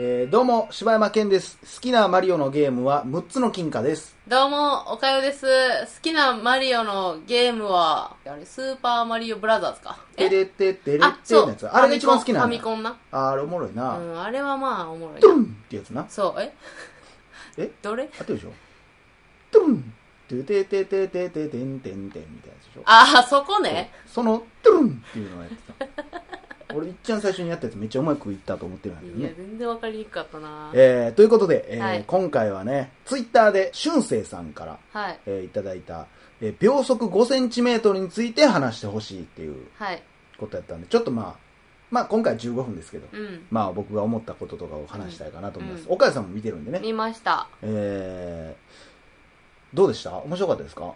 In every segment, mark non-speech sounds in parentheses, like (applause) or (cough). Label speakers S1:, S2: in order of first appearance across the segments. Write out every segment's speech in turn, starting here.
S1: えーどうも、柴山健です。好きなマリオのゲームは6つの金貨です。
S2: どうも、おかよです。好きなマリオのゲームは、あれ、スーパーマリオブラザーズか。
S1: てれってってれってのやつ。あれが一番好きな
S2: ファ
S1: ん
S2: ミ
S1: だ。
S2: コンな。
S1: あれおもろいな。
S2: うん、あれはまあ、おもろい
S1: ドゥ
S2: な。
S1: ルンってやつな。
S2: そう、え
S1: え
S2: どれ
S1: あってるでしょドゥルントゥテテテテテテンテンテンみたいなやつでしょ
S2: ああ、そこね。
S1: そのドゥルンっていうのをやって
S2: (laughs)
S1: た。俺、いっちゃん最初にやったやつめっちゃうまくいったと思ってるんだけど
S2: いや
S1: ね、。
S2: 全然わかりにくかったな。
S1: えー、ということで、えー
S2: はい
S1: 今回はね、ツイッターで、俊生さんから、
S2: はい。
S1: えーいただいた、えー秒速5センチメートルについて話してほしいっていう
S2: はい。
S1: ことやったんで、ちょっとまあ、まあ今回15分ですけど、
S2: うん。
S1: まあ僕が思ったこととかを話したいかなと思います。
S2: うん
S1: 岡谷さんも見てるんでね。
S2: 見ました。
S1: えー、どうでした面白かったですか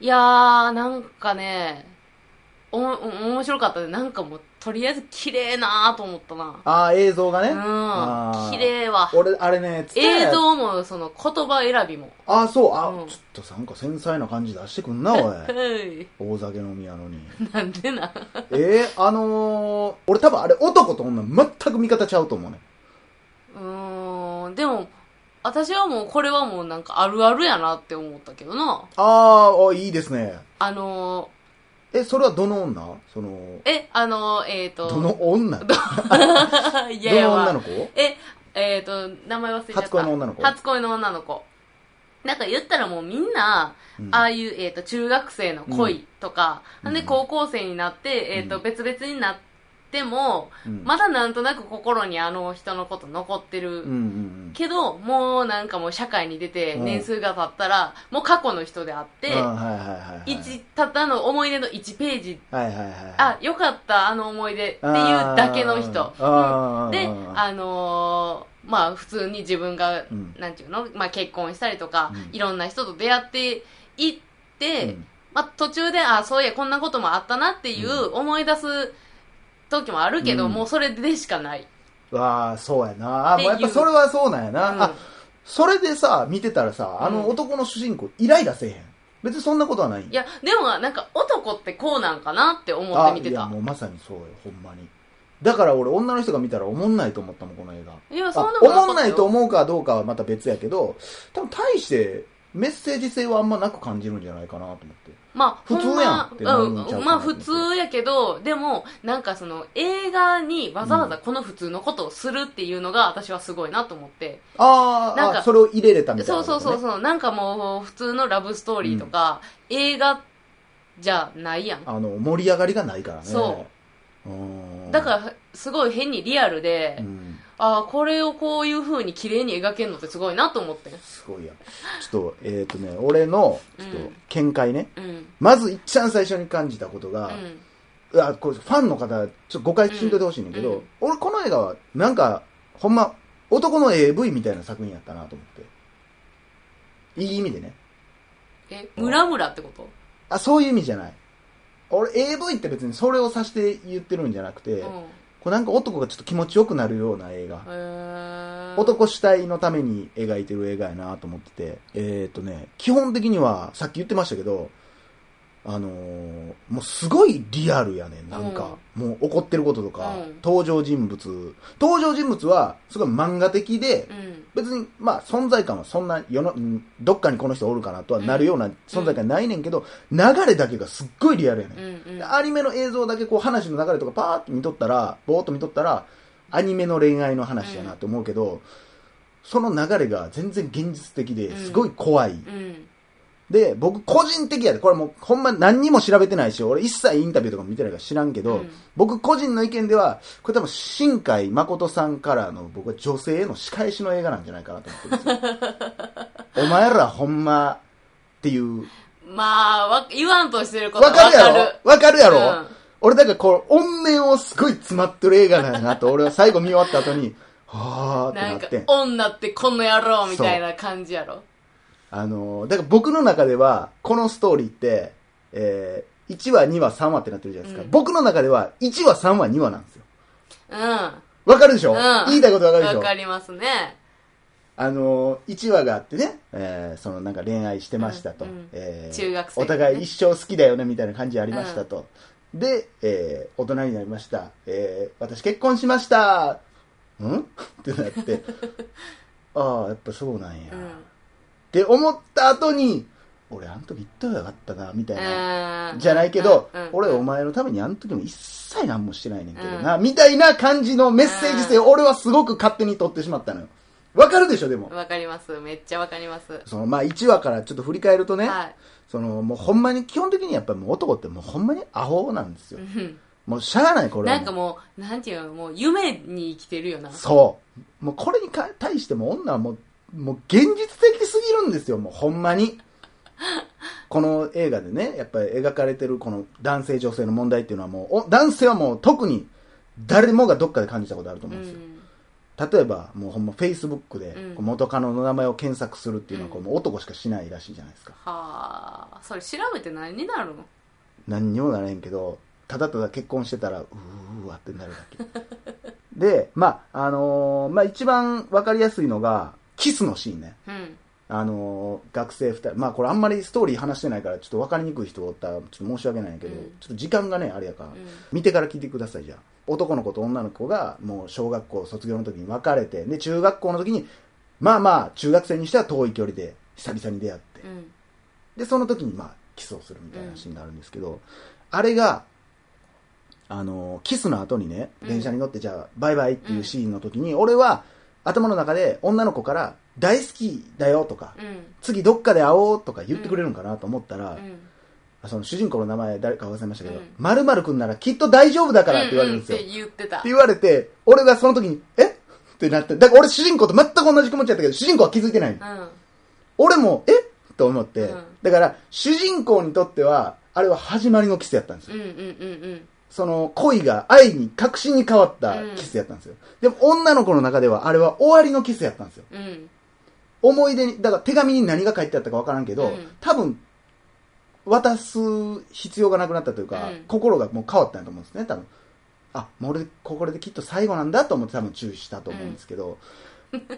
S2: いやー、なんかね、お、お面白かったね。なんかもう、とりあえず綺麗なーと思ったな。
S1: ああ、映像がね。あ
S2: うん。
S1: ー
S2: 綺麗わ。
S1: 俺、あれね、蔦屋
S2: 映像も、その、言葉選びも。
S1: ああ、そう、あ、
S2: うん
S1: ちょっとなんか繊細な感じ出してくんな、おい。
S2: (laughs) はい。
S1: 大酒飲みやのに。
S2: なんでな。
S1: えー、あのー、俺多分あれ男と女全く見方ちゃうと思うね。
S2: うーん、でも、私はもうこれはもうなんかあるあるやなって思ったけどな。
S1: あーあ、いいですね。
S2: あの
S1: え、それはどの女その、
S2: ー、え、あのー、えっ、ー、と、
S1: どの女ど
S2: (laughs) いやいや
S1: の
S2: ま
S1: 女
S2: あ
S1: の子
S2: え、えっ、ー、と、名前忘れちゃった。
S1: 初恋の女の子
S2: 初恋の女の子。なんか言ったらもうみんな、
S1: うん
S2: ああいう、えっ、と、中学生の恋とか、
S1: うん
S2: で、
S1: うん
S2: 高校生になって、えっ、と、
S1: うん
S2: 別々になっても、
S1: うん
S2: まだなんとなく心にあの人のこと残ってる
S1: うんうん
S2: けどもうなんかもう社会に出て
S1: うん
S2: 年数が経ったら、もう過去の人であっ
S1: う
S2: て、
S1: ん。あーはいはいはいはい。
S2: 一たったの思い出の1ページ、
S1: はいはいはいはい。
S2: あよかったあの思い出っていうだけの人
S1: あー
S2: で
S1: あー
S2: あのーまあ普通に自分が、
S1: うん
S2: なんていうの、まあ、結婚したりとか、
S1: うん
S2: いろんな人と出会っていって、
S1: うん
S2: まあ、途中であそういやこんなこともあったなっていう思い出す時もあるけど、
S1: うん
S2: もうそれでし
S1: (laughs)
S2: かない、
S1: わあ、そうやな。あーもうや
S2: っ
S1: って
S2: い
S1: ぱ
S2: う
S1: それはそうなんやな。
S2: うん
S1: あ、それでさ、見てたらさ、あの
S2: うん
S1: 男の主人公、イライラせえへん。別にそんなことはない。
S2: いやでもなんか男ってこうなんかなって思っ
S1: あ
S2: て見て
S1: いや
S2: た
S1: もうまさにそうよ、ほんまに。だから俺、女の人が見たら思んないと思ったもん、この映画。
S2: いや、そん
S1: あ
S2: なこと
S1: 思んないと
S2: 思
S1: 思うかどうかはまた別やけど、多分大してメッセージ性はあんまなく感じるんじゃないかなと思って。
S2: まあ、
S1: 普通やんってな
S2: ほ
S1: る
S2: ん
S1: んち
S2: ま
S1: ゃうかな
S2: うん、まあ普通やけど、でも、なんかその映画にわざわざこの普通のことをするっていうのが私はすごいなと思って。
S1: あー
S2: なんか
S1: あ、それを入れれたみたい
S2: そ
S1: な
S2: う
S1: ことね、
S2: そうそうそう、なんかもう普通のラブストーリーとか、映画じゃないやん。
S1: あの、盛り上がりがないからね。。
S2: そう
S1: ん。
S2: だから、すごい変にリアルで、
S1: うん。
S2: ああ、これをこういう風に綺麗に描けるのってすごいなと思って。
S1: すごいやん。ちょっと、えっ、とね、俺の、ちょっと
S2: うん、
S1: 見解ね。
S2: うん。
S1: まず、一番最初に感じたこと
S2: う
S1: が、
S2: ん。
S1: うわこれファンの方、ちょっと誤解しんといてほしいねんだけど、
S2: うんうん
S1: 俺、この映画は、なんか、ほんま、男の AV みたいな作品やったなと思って。いい意味でね。
S2: え、ムラムラってこと
S1: あ、そういう意味じゃない。俺、AV って別にそれを指して言ってるんじゃなくて、
S2: うん。
S1: こうなんか男がちょっと気持ちよくなるような映画。
S2: へー
S1: 男主体のために描いてる映画やなと思ってて、えっ、とね、基本的には、さっき言ってましたけど、あのーもうすごいリアルやねん、なんか。もう怒ってることとか、
S2: うん
S1: 登場人物。登場人物は、すごい漫画的で、
S2: うん。
S1: 別に、まあ、存在感はそんな、世の、うんどっかにこの人おるかなとはなるような存在感ないねんけど、流れだけがすっごいリアルやねん
S2: うん。うん。
S1: アニメの映像だけこう話の流れとかパーッと見とったら、ぼーっと見とったら、アニメの恋愛の話やなって思うけど、その流れが全然現実的で
S2: う、ん
S1: すごい怖い。
S2: うん。
S1: で、僕個人的やで、これもうほんま何にも調べてないし、俺一切インタビューとかも見てないから知らんけど、
S2: うん
S1: 僕個人の意見では、これ多分新海誠さんからの僕は女性への仕返しの映画なんじゃないかなと思ってるんです
S2: (laughs)
S1: よ。お前らほんまっていう、
S2: まあ、わ、言わんとしてること
S1: わ
S2: は
S1: かるや
S2: わ
S1: ろわかるやろ、
S2: うん
S1: 俺だからこう、怨念をすごい詰まってる映画なんやなと、俺は最後見終わった後に、 (laughs) は
S2: な
S1: ー
S2: ん
S1: ってな
S2: か
S1: ってん、
S2: 女ってこの野郎みたいな感じやろ。
S1: あのー、だから僕の中では、このストーリーって、えー、1話、2話、3話ってなってるじゃないですか。
S2: うん
S1: 僕の中では、1話、3話、2話なんですよ。
S2: うん。わ
S1: わかるでしょ、
S2: うん
S1: 言いたいことわかるでしょ
S2: かりますね。
S1: あのー、1話があってね、えー、そのなんか恋愛してましたと。
S2: うんうん
S1: えー
S2: 中学生
S1: お互い一生好きだよねみたいな感じありましたと。で、えー、大人になりました。えー、私結婚しました。ん (laughs) ってな
S2: (laughs)
S1: って、ああ、やっぱそうなんや。
S2: う
S1: っ
S2: ん
S1: て思った後に、俺あの時言ったらよかったな、みたいな。
S2: うん
S1: じゃないけど、
S2: うんうん
S1: 俺お前のためにあの時も一切何もしてないねんけどな、
S2: う
S1: みたいな感じのメッセージ性を俺はすごく勝手に取ってしまったのよ。わかるでしょ、でも。
S2: わかりますめっちゃわかります、
S1: その、まあ、1話からちょっと振り返るとね、
S2: はい
S1: その、もうほんまに、基本的にやっぱりもう男ってもうほんまにアホなんですよ
S2: う。ん
S1: もうしゃあない、これは
S2: なんかもうなんていうのもう夢に生きてるよな
S1: そう。もうこれにか対しても女はもう、もう現実的すぎるんですよ、もうほんまに。この映画でね、やっぱり描かれてるこの男性女性の問題っていうのはもう、お男性はもう特に誰もがどっかで感じたことあると
S2: う
S1: 思うんですよ。
S2: ん
S1: 例えば、もうほんま Facebook で
S2: うん
S1: こう元カノの名前を検索するっていうのはこう
S2: うん
S1: もう男しかしないらしいじゃないですか。
S2: はあそれ調べて何になるの
S1: 何にもなれへんけど、ただただ結婚してたら、うーわってなるだけ。 (laughs) で、まあ、あのーまあ一番わかりやすいのが、キスのシーンね。
S2: うん
S1: あのー学生2人、まあこれあんまりストーリー話してないから、ちょっと分かりにくい人おったら、ちょっと申し訳ないんやけど、
S2: うん
S1: ちょっと時間がね、あれやから、
S2: うん
S1: 見てから聞いてください、じゃあ。男の子と女の子が、もう小学校卒業の時に別れて、で、中学校の時に、まあまあ、中学生にしては遠い距離で、久々に出会って
S2: う、ん
S1: で、その時にまあ、キスをするみたいなシーンがあるんですけど、あれが、あのーキスの後にね、
S2: うん
S1: 電車に乗って、じゃあ、バイバイっていうシーンの時に、俺は、頭の中で女の子から、大好きだよとか、
S2: うん
S1: 次どっかで会おうとか言ってくれるんかなと思ったら、
S2: うん
S1: その主人公の名前誰か忘れましたけど
S2: うん、
S1: まるまるくんならきっと大丈夫だからって言われるんですよ。
S2: うう
S1: っ
S2: って言ってた
S1: て言われて、俺がその時に、えってなって、だから俺主人公と全く同じ気持ちだったけど、主人公は気づいてないの。
S2: うん
S1: 俺も、えと思って、
S2: うん
S1: だから主人公にとっては、あれは始まりのキスやったんですよ。
S2: うんうんうんうん
S1: その恋が愛に、確信に変わったキスやったんですよ。でも女の子の中ではあれは終わりのキスやったんですよ。
S2: うん
S1: 思い出に、だから手紙に何が書いてあったかわからんけど、
S2: うん
S1: 多分、渡す必要がなくなったというか、
S2: うん
S1: 心がもう変わったんだと思うんですね、多分。あ、もう俺、ここできっと最後なんだと思って多分注意したと思うんですけど、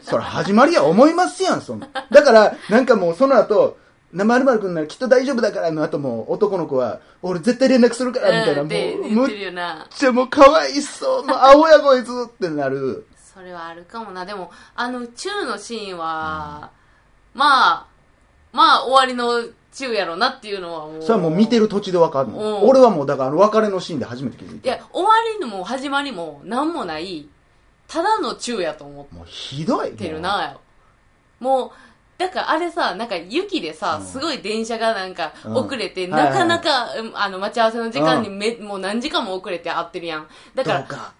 S1: それ始まりや思いますやん、そんな。だから、なんかもうその後、なまるまるくんならきっと大丈夫だからの後も男の子は、俺絶対連絡するから、みたいな、
S2: うんって
S1: もう、
S2: 言
S1: む
S2: っ
S1: って
S2: るよな
S1: ちゃもう可哀想、もう青やこいつってなる。
S2: それはあるかもなでもあのチューのシーンは、まあまあ終わりのチューやろなっていうのはもう
S1: それはもう見てる土地でわかるの。
S2: うん
S1: 俺はもうだからあの別れのシーンで初めて気づい
S2: い
S1: た。
S2: や終わりも始まりも何もないただのチューやと思
S1: もうひどい。
S2: ってるなもうだからあれさなんか雪でさ、
S1: うん
S2: すごい電車がなんか
S1: うん
S2: 遅れて、
S1: はいはい
S2: な
S1: はい
S2: かなか、うんあの待ち合わせの時間にめ、もう何時間も遅れて会ってるやん
S1: も
S2: だ
S1: う。
S2: か
S1: どう
S2: ら
S1: か、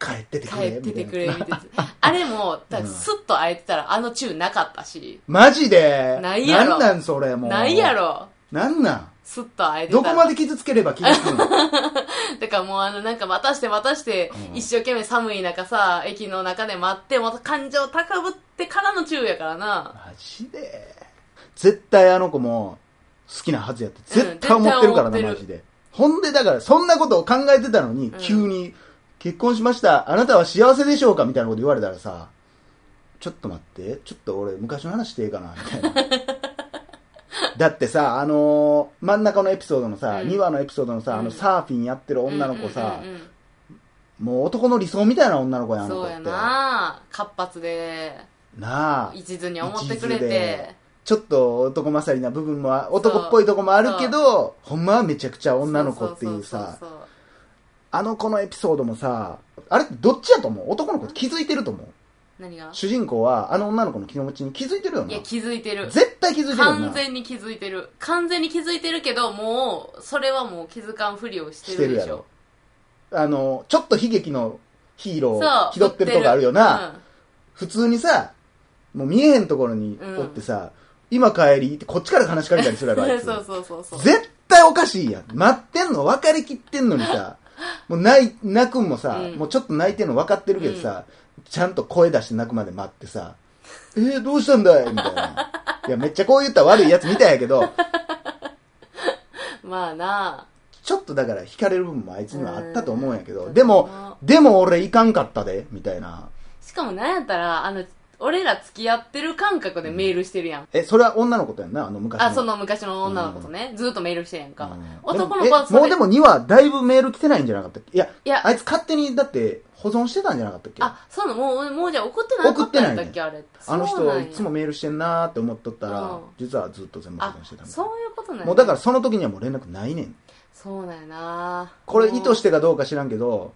S1: 帰っててく
S2: 帰
S1: れ。
S2: っててく
S1: み
S2: れ
S1: た
S2: み
S1: い
S2: た
S1: ない
S2: なあれもだ
S1: う
S2: から
S1: ん
S2: スッと会えてたらあのチューなかったし
S1: マジで
S2: ないやろ
S1: んなんそれもう。
S2: ないや。ろ
S1: なんなん
S2: スッと会えてた
S1: ど
S2: ら
S1: こまで傷つければ傷つくの
S2: だからもうあのなんか待たして待たして、
S1: うん
S2: 一生懸命寒い中さ駅の中で待ってまた感情高ぶってからのチューやからな
S1: マジで。絶対あの子も好きなはずやって、絶対思ってるからな、
S2: うん絶対思
S1: マ
S2: ってる
S1: ジで。ほんで、だから、そんなことを考えてたのに
S2: う、ん
S1: 急に、結婚しました、あなたは幸せでしょうかみたいなこと言われたらさ、ちょっと待って、ちょっと俺、昔の話していいかな、みたいな。
S2: (laughs)
S1: だってさ、あのー真ん中のエピソードのさ、
S2: うん
S1: 2話のエピソードのさ、あ
S2: う
S1: の、
S2: ん
S1: サーフィンやってる女の子さ
S2: うん、うんうんうん
S1: もう男の理想みたいな女の子やん、あの子
S2: そ
S1: っ
S2: う
S1: て
S2: や。な活発で
S1: なあ。
S2: 一途に思ってくれ
S1: 一途で
S2: て
S1: ちょっと男勝りな部分もあ、男っぽいとこもあるけど、ほんまはめちゃくちゃ女の子っていうさ
S2: そ、そそ
S1: あの子のエピソードもさ、あれってどっちやと思う男の子って気づいてると思う
S2: う何が
S1: 主人公はあの女の子の気持ちに気づいてるよ
S2: い
S1: な
S2: や。気づいてる
S1: 絶対気づいてるよな
S2: 完。全に気づいてる完全に気づいてるけどもうそれはもう気づかんふりをしてるで
S1: してるや
S2: し
S1: ろ
S2: ょ
S1: あの、ちょっと悲劇のヒーロ
S2: そ
S1: ー
S2: う
S1: 気取ってるとこあるよな。
S2: うん
S1: 普通にさ、もう見えへんところにおってさ、今帰りってこっちから話しかけたりするやろ、あいつ
S2: (laughs) そうそうそうそう
S1: 絶対おかしいやん。待ってんの分かりきってんのにさ、
S2: (laughs)
S1: もう泣い、泣くんもさ、
S2: うん
S1: もうちょっと泣いてんの分かってるけどさ、ちゃんと声出して泣くまで待ってさ、えー、どうしたんだいみたいな。いや、めっちゃこう言ったら悪いやつみたいやけど、
S2: まあな
S1: ちょっとだから惹かれる部分もあいつにはあったと思うんやけ
S2: う
S1: ど、
S2: ん
S1: でも、でも俺いかんかったで、みたいな。
S2: しかもなんやったらあの俺ら付き合ってる感覚でメールしてるやん。
S1: え、それは女の子とやんな、あの昔の。
S2: あ、その昔の女の子とね、ずっとメールしてるやんか。
S1: うん
S2: 男の子は
S1: で
S2: そ
S1: もえ
S2: れ。
S1: もうでも2はだいぶメール来てないんじゃなかったっけいや、
S2: いや
S1: あいつ勝手にだって保存してたんじゃなかったっけ
S2: あ、そうなの、もう、もうじゃあ送ってなかったんだっけ、あれ。
S1: あの
S2: そう
S1: 人
S2: なん
S1: は
S2: や
S1: いつもメールしてんなーって思っとったら、
S2: うん
S1: 実はずっと全部保
S2: あ
S1: 存してた、みた
S2: そ
S1: いう
S2: いうことなん
S1: な。
S2: や
S1: もうだからその時にはもう連絡ないねん。
S2: そうなんやな
S1: これ意図しててかどうか知らんけど、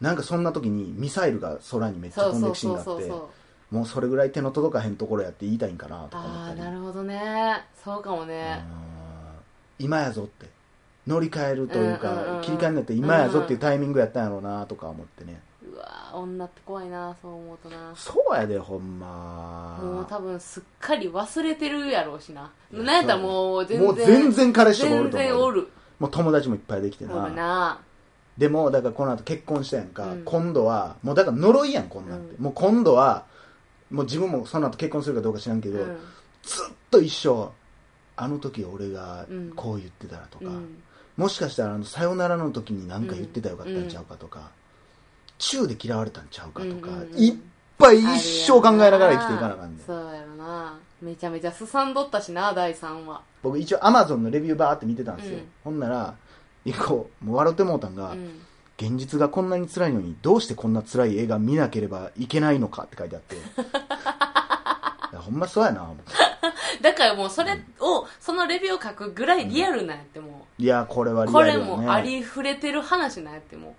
S1: なんかそんな時にミサイルが空にめっちゃ
S2: そう
S1: 飛んで
S2: そう
S1: くシーン
S2: そう
S1: があっ
S2: そう
S1: て
S2: そう、
S1: もうそれぐらい手の届かへんところやって言いたいんかなとか思っ
S2: あ
S1: た
S2: あ
S1: り。
S2: なるほどねそうかも
S1: う
S2: ね
S1: ん今やぞって。乗り換えるというか、
S2: うんうんうん
S1: 切り替えになって今やぞっていうタイミングやったんやろうなとか思ってね。
S2: うわー女って怖いなそう思うとな
S1: そうやで、ほんま。
S2: もう多分すっかり忘れてるやろうしななんやったらもう全然
S1: もう全然彼氏とかお
S2: 全
S1: ると思う
S2: 然おる
S1: もう友達もいっぱいできて
S2: お
S1: な
S2: るな
S1: でもだからこの後結婚したやんか、
S2: うん
S1: 今度はもうだから呪いやんこんなんて、
S2: う
S1: もう今度はもう自分もその後結婚するかどうか知らんけ
S2: う
S1: ど、
S2: ん
S1: ずっと一生あの時俺が
S2: うん
S1: こう言ってたらとか、
S2: うん
S1: もしかしたらあのさよならの時に何か言ってたらよかったんちゃうかとか、中で嫌われたんちゃうかとか、
S2: うんうんうん
S1: いっぱい一生考えながら生きていかなあかんねん
S2: そうやろなめちゃめちゃすさんどったしな第3話
S1: 僕一応アマゾンのレビューバーって見てたんですよ、
S2: うん
S1: ほんなら一個もう笑ってもうたんが、
S2: うん
S1: 現実がこんなに辛いのにどうしてこんな辛い映画見なければいけないのかって書いてあっていやほんまそうやな思って
S2: だからもうそれをそのレビューを書くぐらいリアルなんやっても
S1: いやこれは
S2: う
S1: リ
S2: こ
S1: アル
S2: れ
S1: よ、ね、
S2: もありふれてる話なんやっても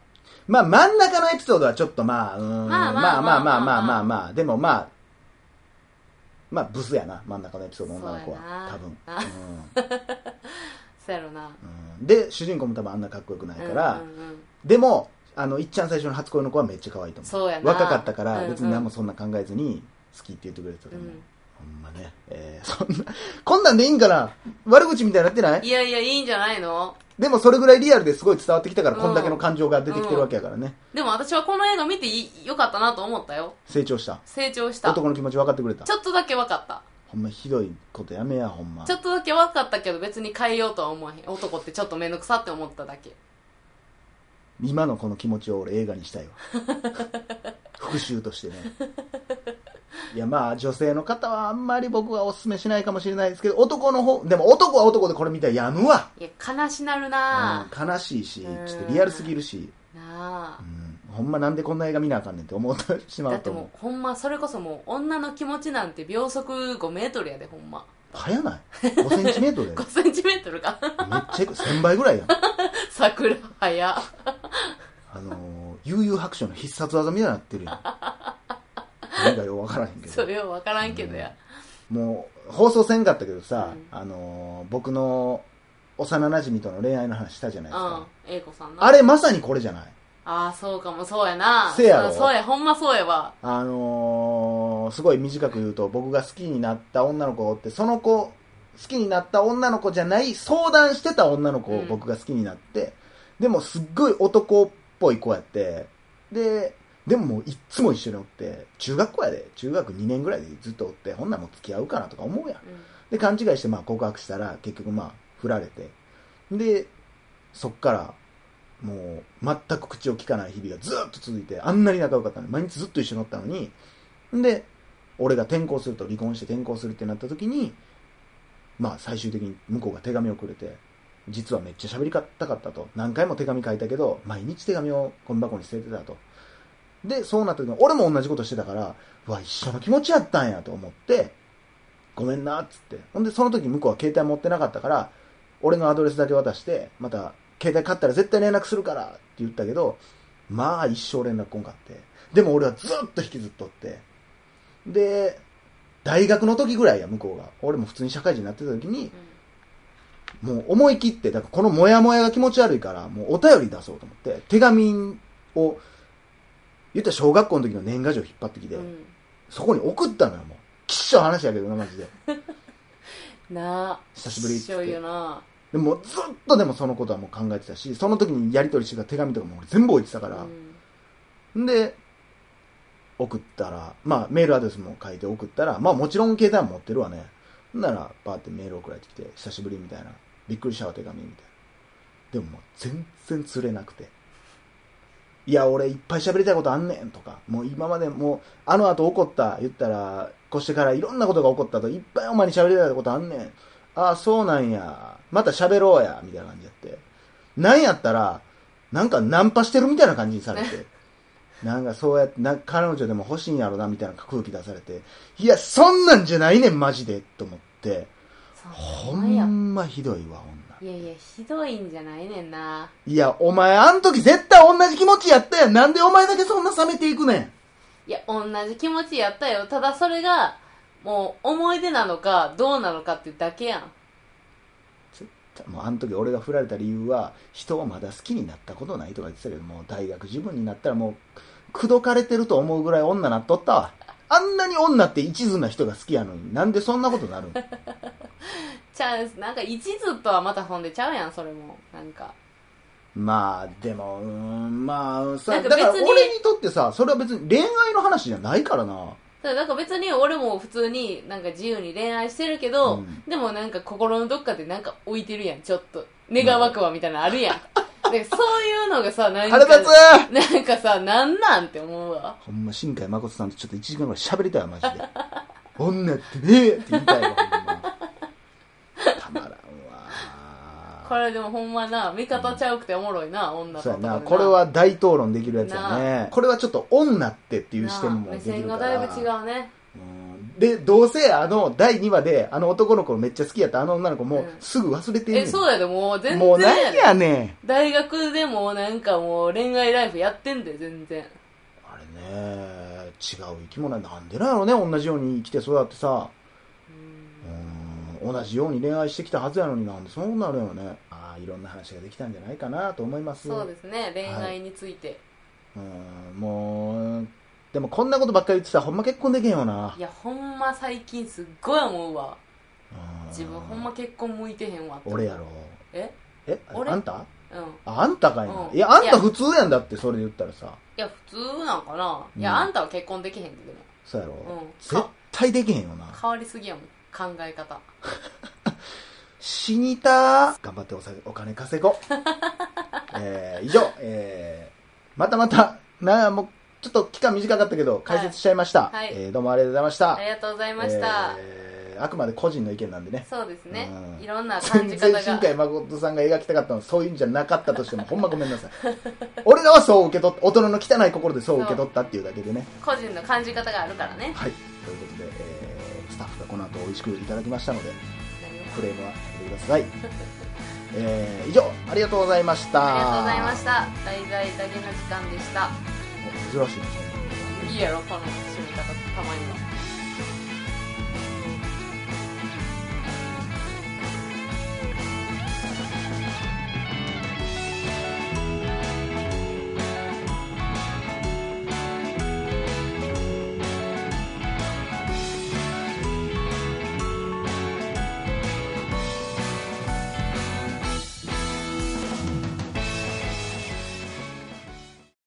S1: まあ真ん中のエピソードはちょっとまあうーん
S2: ま
S1: ま
S2: あ
S1: あ
S2: ま
S1: ま
S2: あ
S1: あ
S2: ま
S1: ま
S2: あ
S1: あ
S2: ま
S1: ま
S2: あ
S1: あ
S2: ま
S1: ま
S2: あ
S1: あまあでもまあまあブスやな真ん中のエピソードの女の子は
S2: そうやな
S1: 多分
S2: あうそうやろな
S1: うん、うん、で主人公も多分あんなかっこよくないから、
S2: うんうんうん
S1: でもあのいっちゃん最初の初恋の子はめっちゃ可愛いと思う
S2: そうやな
S1: 若かったから別に何も
S2: そ
S1: そんな考えずに好きって言ってくれてた
S2: う
S1: と
S2: んう
S1: 思う、
S2: ん
S1: ほんまね、えー、そんな、こんなんでいいんかな悪口みたいになってないい
S2: やいやいいんじゃないの
S1: でもそれぐらいリアルですごい伝わってきたから、
S2: うん
S1: こんだけの感情が出てきてるわけやからね。
S2: でも私はこの映画見ていいよかったなと思ったよ
S1: 成長した。
S2: 成長した
S1: 男の気持ち分かってくれた
S2: ち。ょっとだけ分かった
S1: ほんまひどいことやめや、ほんま
S2: ち。ょっとだけ分かったけど別に変えようとは思わへん男ってちょっと面倒くさって思っただけ
S1: 今のこの気持ちを俺映画に
S2: (laughs)
S1: したいわ。復讐としてね。いやまあ女性の方はあんまり僕はお勧めしないかもしれないですけど、男の方、でも男は男でこれ見たらやむわ。
S2: いや悲しなるな
S1: うん悲しいし、ちょっとリアルすぎるし、
S2: ぁな
S1: う
S2: ぁ
S1: ん、ほんまなんでこんな映画見なあかんねんって思ってしま
S2: だ
S1: う
S2: って
S1: と思う
S2: も。うほんまそれこそもう女の気持ちなんて秒速5メートルやでほんま
S1: 早ない5センチメートルやで
S2: (laughs) 5センチメートルか
S1: めっちゃ1000倍ぐらいやん
S2: 桜早
S1: あのー、悠々白書の必殺技みたいになってるやん何かよう分からへんけ
S2: そ
S1: ど
S2: れよう分からんけどや、
S1: もう放送せんかったけどさ、
S2: うん
S1: あのー、僕の幼馴染との恋愛の話したじゃないうですか
S2: ん、英子さんな
S1: あれまさにこれじゃない
S2: ああそうかもそうやな
S1: せやろ
S2: そうそうやほんまそうやわ
S1: あのー、すごい短く言うと僕が好きになった女の子がおってその子好きになった女の子じゃない相談してた女の子
S2: う
S1: を
S2: ん
S1: 僕が好きになって、でもすっごい男っぽい子やってででももういっつも一緒におって中学校やで中学2年ぐらいでずっとおってほんならもう付き合うかなとか思うやん
S2: うん
S1: で勘違いしてまあ告白したら結局まあ振られてでそっからもう全く口を聞かない日々がずっと続いてあんなに仲良かったのに毎日ずっと一緒におったのにで俺が転校すると離婚して転校するってなった時にまあ最終的に向こうが手紙をくれて実はめっちゃ喋りたかったと何回も手紙書いたけど毎日手紙をゴミ箱に捨ててたとでそうなった時に俺も同じことしてたからうわ一緒の気持ちやったんやと思ってごめんなっつってほんでその時向こうは携帯持ってなかったから俺のアドレスだけ渡してまた携帯買ったら絶対連絡するからって言ったけどまあ一生連絡こんかってでも俺はずっと引きずっとってで大学の時ぐらいや向こうが俺も普通に社会人になってた時にもう思い切って、だからこのモヤモヤが気持ち悪いから、もうお便り出そうと思って、手紙を、言ったら小学校の時の年賀状引っ張ってきて、
S2: うんうん
S1: そこに送ったのよ、もう。きっしょい話やけどな、マジで。
S2: なあ
S1: 久しぶりっつって
S2: 一緒よな
S1: でもずっとでもそのことはもう考えてたし、その時にやり取りしてた手紙とかも俺全部置いてたか
S2: う
S1: ら、
S2: ん
S1: ん、で、送ったら、まあメールアドレスも書いて送ったら、まあもちろん携帯も持ってるわね。ほんなら、バーってメール送られてきて、久しぶりみたいな。びっくりしたわ、手紙みたいな。でももう全然釣れなくて。いや、俺いっぱい喋りたいことあんねんとか、もう今までもう、あの後起こった、言ったら、越してからいろんなことが起こったと、いっぱいお前に喋りたいことあんねん。ああ、そうなんや。また喋ろうや。みたいな感じやって。なんやったら、なんかナンパしてるみたいな感じにされて。なんかそうやって、なんか彼女でも欲しいんやろな、みたいな空気出されて。いや、そんなんじゃないねん、マジで。と思って。
S2: そ
S1: ほ
S2: うなんや
S1: んまひどいわ、女。
S2: いやいやひどいんじゃないねんない
S1: や、お前、あん時絶対同じ気持ちやったやん。なんでお前だけそんな冷めていくねん。
S2: いや同じ気持ちやったよただそれがもう思い出なのかどうなのかっていうだけやん
S1: もうあの時俺が振られた理由は、人をまだ好きになったことないとか言ってたけど、もう大学自分になったらもう、口説かれてると思うぐらい女なっとったわ。あんなに女って一途な人が好きやのに、なんでそんなことなるん
S2: ちゃうなんか一途とはまたほんでちゃうやんそれもなんか
S1: まあ、でも、うーん、まあ、さ、
S2: なんか
S1: だから
S2: 別に
S1: 俺にとってさ、それは別に恋愛の話じゃないからな。
S2: そうなんか別に俺も普通になんか自由に恋愛してるけ
S1: う
S2: ど、
S1: ん
S2: でもなんか心のどっかでなんか浮いてるやんちょっと願わくはみたいなのあるやん、なんかそういうのがさ何か
S1: 腹立つ
S2: なんかさなんなんって思うわ
S1: ほんま、新海誠さんとちょっと1時間ぐらい喋りたいわ、マジ
S2: (laughs)
S1: で。女ってねえって言いたいわ、ほんま。たまらんわ。
S2: これでもほんまな味方ちゃうくておもろいな、女の子
S1: そう
S2: と
S1: や
S2: かで
S1: な、これは大討論できるやつや
S2: な
S1: ね。これはちょっと女ってっていう
S2: な
S1: 視点もで
S2: 目
S1: き
S2: 線
S1: るか
S2: が
S1: ら。
S2: だいぶ違うね
S1: うんで、どうせあの、第2話で、あの男の子めっちゃ好きやったあの女の子も
S2: うん
S1: すぐ忘れてんね
S2: え
S1: ん
S2: そうやでもう全然
S1: もう
S2: や
S1: 何
S2: で
S1: やね
S2: 大学でもうなんかもう恋愛ライフやってんで全然
S1: ん。あれね、違う生き物やなんでなんやろね、同じように生きて育ってさ。うん同じように恋愛してきたはずやのになんでそうなるよね。ああ、いろんな話ができたんじゃないかなと思います。
S2: そうですね恋愛について、
S1: うん、もう、でもこんなことばっかり言ってたらほんま結婚できへんよな。
S2: いやほんま最近すっごい思うわ
S1: うん
S2: 自分ほんま結婚向いてへんわって
S1: 俺やろ
S2: え
S1: え
S2: 俺
S1: あんた
S2: うんい
S1: ああんたかいな、
S2: うん
S1: いやあん
S2: いや
S1: た普通やんだってそれで言ったらさ
S2: や普通なんかな、
S1: うん
S2: いやあんたは結婚できへんってでも
S1: そうやろ、
S2: うん
S1: 絶対できへんよな
S2: 変わりすぎやもん考え方
S1: 死にたー頑張っておさお金稼
S2: (laughs)
S1: ごうえー、以上えー、またまたなあもうちょっと期間短かったけど解説しちゃいました、
S2: はいはい
S1: えーどうもありがとうございました
S2: ありがとうございました、
S1: えーあくまで個人の意見なんでね
S2: そうですね、
S1: うん
S2: いろんな感じ
S1: 全
S2: 方
S1: 然新
S2: が
S1: 海誠さんが描きたかったのはそういうんじゃなかったとしてもほんまごめんなさい俺らはそう受け取っ大人の汚い心でそう受け取ったっていうだけでね
S2: 個人の感じ方があるからね
S1: はい、ということで、えースタッフがこの後美味しくいただきましたので、フレームはやめてください。 (laughs) えー以上、ありがとうございました。
S2: ありがとうございました題材だけの時間でした
S1: た。珍しいですね
S2: いいやろこの締め方たまには